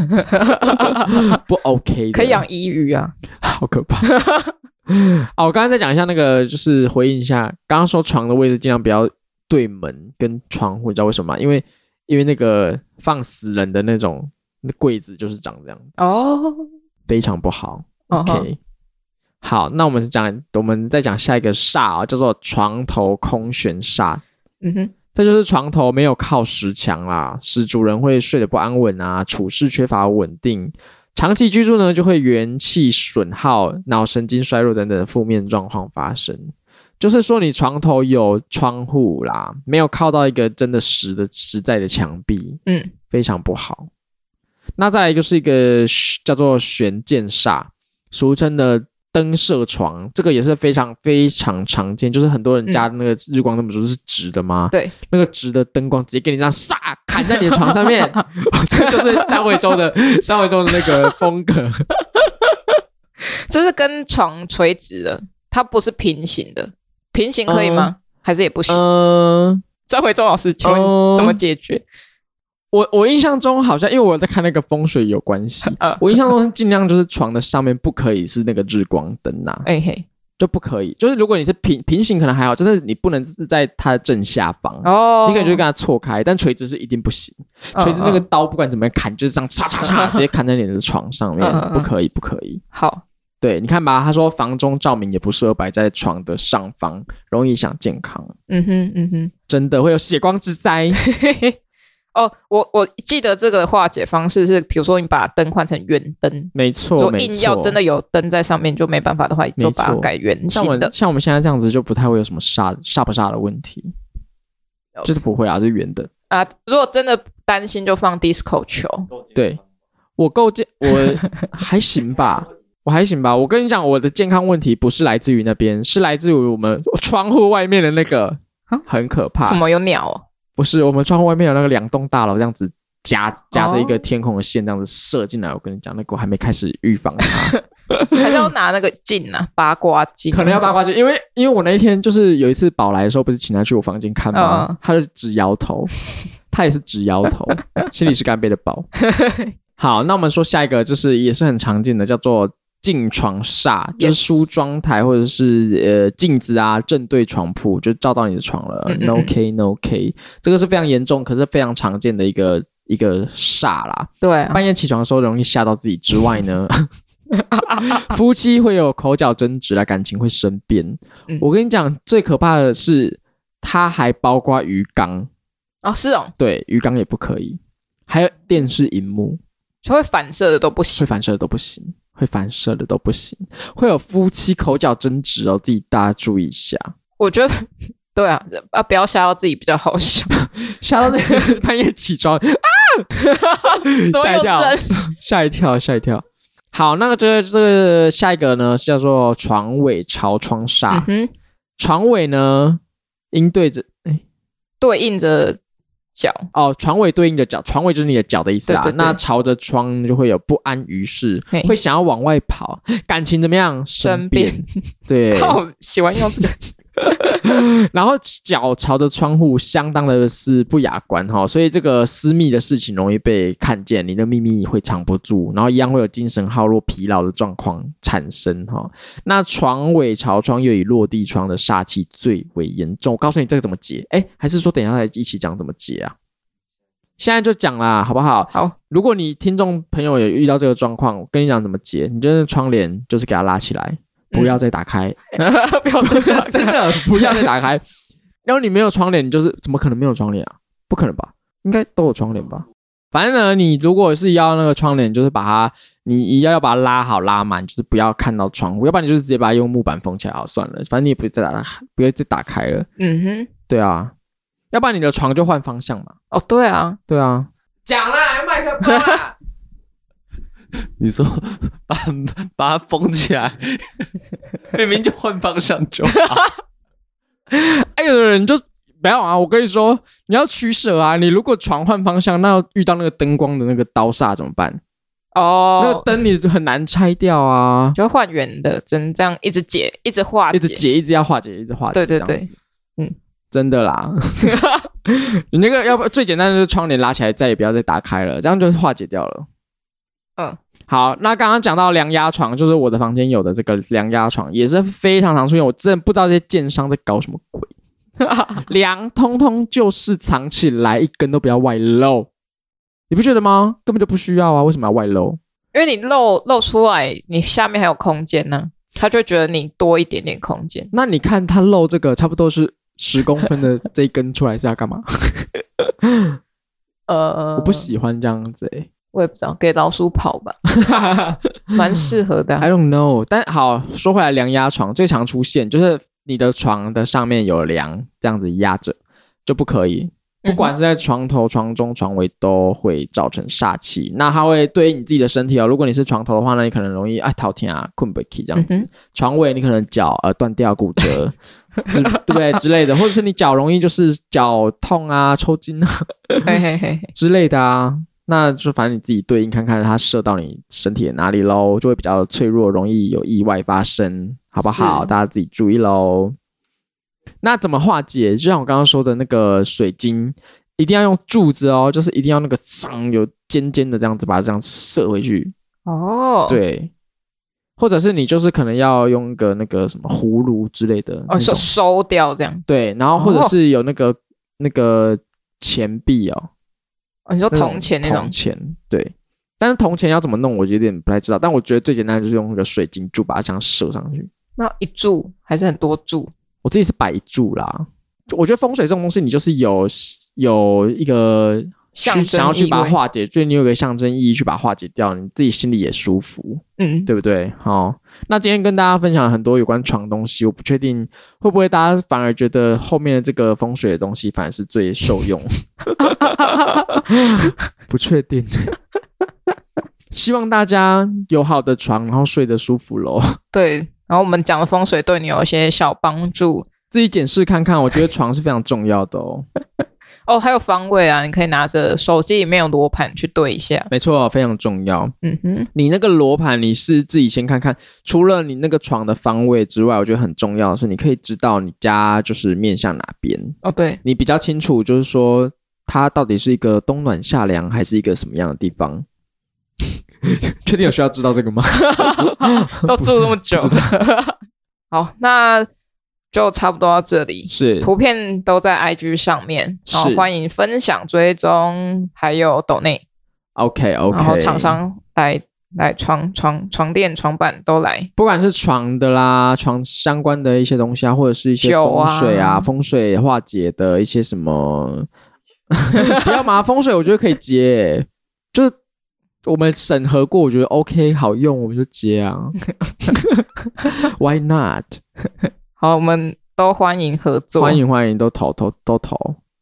不 OK 的可以养抑郁啊。好可怕。 啊，我刚刚再讲一下那个，就是回应一下，刚刚说床的位置尽量不要对门跟窗户，你知道为什么吗？因为因为那个放死人的那种那柜子就是长这样，哦非常不好。哦 OK，、好，那我们讲，我们再讲下一个煞啊、叫做床头空悬煞。嗯哼，这就是床头没有靠实墙啦，使主人会睡得不安稳啊，处事缺乏稳定，长期居住呢就会元气损耗、脑神经衰弱等等的负面状况发生。就是说，你床头有窗户啦，没有靠到一个真的实的实在的墙壁，嗯，非常不好。那再来就是一个虚叫做悬剑煞，俗称的灯射床，这个也是非常非常常见，就是很多人家的那个日光灯不是直的吗？对，那个直的灯光直接给你这样唰砍在你的床上面， 这就是张维洲 的张维洲的那个风格。就是跟床垂直的，它不是平行的。平行可以吗？还是也不行？嗯，张回忠老师，请问嗯怎么解决？我我印象中好像因为我在看那个风水有 关系，呃，我印象中尽量就是床的上面不可以是那个日光灯呐、啊哎嘿，就不可以。就是如果你是平平行，可能还好，就是你不能是在它的正下方，哦，你可能就会跟它错开，但垂直是一定不行。嗯垂直那个嗯刀不管怎么样砍，就是这样叉叉 叉直接砍在你的床上面嗯嗯，嗯不可以，不可以。好，对，你看吧，他说房中照明也不适合摆在床的上方，容易影响健康，嗯哼，嗯哼。真的会有血光 之灾。哦，我我记得这个的化解方式是，比如说你把灯换成圆灯，没如错，果哦没硬要错。真的有灯在上面就没办法的话，你就把它错改圆像我形们的。像我们现在这样子，就不太会有什么煞煞不煞的问题， OK 就是不会啊，是圆的。啊，如果真的担心，就放 disco 球。对，我构建我 还行吧，我还行吧。我跟你讲，我的健康问题不是来自于那边，是来自于我们窗户外面的那个啊，很可什怕。么有鸟哦？不是我们窗户外面有那个两栋大楼这样子夹夹着一哦个天空的线这样子射进来。我跟你讲，那个我还没开始预防它，还是要拿那个镜啊，八卦镜，可能要八。卦镜，因为因为我那一天就是有一次宝来的时候，不是请他去我房间看吗？嗯他就直 摇头，他也是直摇头，心里是干杯的宝。好，那我们说下一个就是也是很常见的，叫做镜床煞，就是 Yes 梳妆台或者是呃镜子啊，正对床铺就照到你的床了。嗯嗯嗯 No K No K，这个是非常严重，可是非常常见的一个一个煞啦。对啊，半夜起床的时候容易吓到自己之 外呢，夫妻会有口角争执啦，感情会生变。嗯我跟你讲，最可怕的是它还包括鱼缸，哦是哦，对，鱼缸也不可以，还有电视荧幕就会反射的都不行会。反射的都不行，会反射的都不行，会有夫妻口角争执哦，自己大家注意一下。我觉得对啊，啊不要吓到自己比较好笑，吓到这半夜起床啊，怎么 吓一有跳。针？吓一跳，吓一跳。好，那个这个这个下一个呢是叫做床尾朝窗煞，嗯哼，床尾呢应对着对应着脚，哦，床尾对应的脚，床尾就是你的脚的意思啦。对对对那朝着窗就会有不安于室嘿，会想要往外跑，感情怎么样？生变。对， 靠，喜欢用这个。然后脚朝着窗户，相当的是不雅观哈、所以这个私密的事情容易被看见，你的秘密会藏不住，然后一样会有精神耗弱、疲劳的状况产生哈、那床尾朝窗又以落地窗的煞气最为严重。我告诉你这个怎么解，哎，还是说等一下再一起讲怎么解啊？现在就讲啦，好不好？ 好，如果你听众朋友有遇到这个状况，我跟你讲怎么解，你就是窗帘就是给它拉起来，不要再打开，不要这样 真的不要再打开。然后你没有窗帘，你就是怎么可能没有窗帘啊？不可能吧？应该都有窗帘吧？反正呢，你如果是要那个窗帘，就是把它，你一要要把它拉好拉满，就是不要看到窗户，要不然你就是直接把它用木板封起来好算了，反正你也不会再打开，不会再打开了。嗯哼，对啊，要不然你的床就换方向嘛。哦对啊，对啊，讲啦，麦克风啦。你说把把它封起来，明明就换方向就好。哎，有的人就没有啊。我跟你说，你要取舍啊。你如果床换方向，那要遇到那个灯光的那个刀煞怎么办？那个哦，灯你很难拆掉啊。就换圆的，只能这样一直解，一直化解，一直解，一直要化解，一直化解。啊对对对这样子，嗯，真的啦。 你那个要不最简单的就是窗帘拉起来，再也不要再打开了，这样就化解掉了。嗯，好，那刚刚讲到凉压床，就是我的房间有的这个凉压床，也是非常常出现。我真的不知道这些建商在搞什么 鬼，凉通通就是藏起来，一根都不要外露，你不觉得吗？根本就不需要啊，为什么要外露？因为你露露出来，你下面还有空间呢、他就觉得你多一点点空间。那你看它露这个差不多是十公 分的这一根出来是要干嘛？呃，我不，喜欢这样子、欸。我也不知道，给老鼠跑 吧，蛮适合的啊、 I don't know。但好说回来，凉压床最常出现就是你的床的上面有梁这样子压着就不可以，不管嗯是在床头、床中、床尾都会造成煞气。那它会对于你自己的身体哦，如果你是床头的话呢，你可能容易哎头天啊困不起这样子；嗯哼床尾你可能脚呃断掉骨折，之 对不对之类的，或者是你脚容易就是脚痛啊、抽筋啊哼，嘿嘿嘿，嘿之类的啊。那就反正你自己对应看看，它射到你身体的哪里喽，就会比较脆弱，容易有意外发生，好不好？嗯大家自己注意喽。那怎么化解？就像我刚刚说的那个水晶，一定要用柱子哦，就是一定要那个上有尖尖的这样子，把它这样射回去。哦，，对，或者是你就是可能要用个那个什么葫芦之类的那哦，收种，收掉这样。对，然后或者哦是有那个、那个钱币哦，哦，你说那种铜钱那种铜，钱，对。但是铜钱要怎么弄，我有点不太知道。但我觉得最简单的就是用那个水晶柱把它这样射上去。那一注还是很多注我自己是摆柱啦。我觉得风水这种东西，你就是有有一个象去征想要去意把它味化解，就是你有个象征意义去把它化解掉，你自己心里也舒服，嗯，对不对？好，那今天跟大家分享了很多有关床的东西，我不确定会不会大家反而觉得后面的这个风水的东西反而是最受用，不确定。希望大家有好的床，然后睡得舒服喽。对。然后我们讲的风水对你有一些小帮助自己检视看看，我觉得床是非常重要的哦。哦，还有方位啊，你可以拿着手机里面有罗盘去对一下。没错，非常重要。嗯哼，你那个罗盘，你是自己先看看，除了你那个床的方位之外，我觉得很重要的是，你可以知道你家就是面向哪边，哦 对，你比较清楚，就是说它到底是一个冬暖夏凉，还是一个什么样的地方。 确定有需要知道这 个吗？都住那么久了。 好，那就差不多到这里。是，图片都在 IG 上面，然后是欢迎分享、追踪，还有抖内 OK OK，然后厂商来来床床床垫、床板都来。不管是床的啦，床相关的一些东西啊，或者是一些酒风啊水啊，风水化解的一些什么， 不 要嘛，风水我觉得可以接，就是我们审核过，我觉得 OK 好用，我们就 接啊，Why not？好，我们都欢迎合作，欢迎欢迎，都投投都投，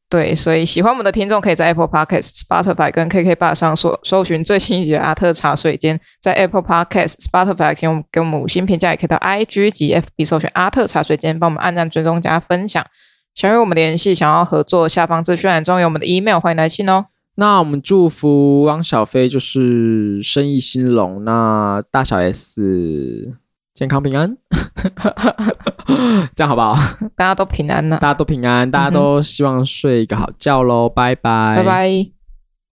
对，所以喜欢我们的听众可以在 Apple Podcast、Spotify 跟 KK Bar 上搜搜寻最新一集的阿特茶水间，在 Apple Podcast、Spotify 给我们给我们五星评价，也可以到 IG 及 FB 搜寻阿特茶水间，帮我们按赞、追踪、加分享。想与我们联系，想要合作，下方资讯栏中有我们的 email，欢迎来信哦。那我们祝福汪小菲就是生意兴隆，那大小 S 健康平安， 这样好不好？大家都平安呐、大家都平安，大家都希望睡一个好觉喽，拜拜，拜拜。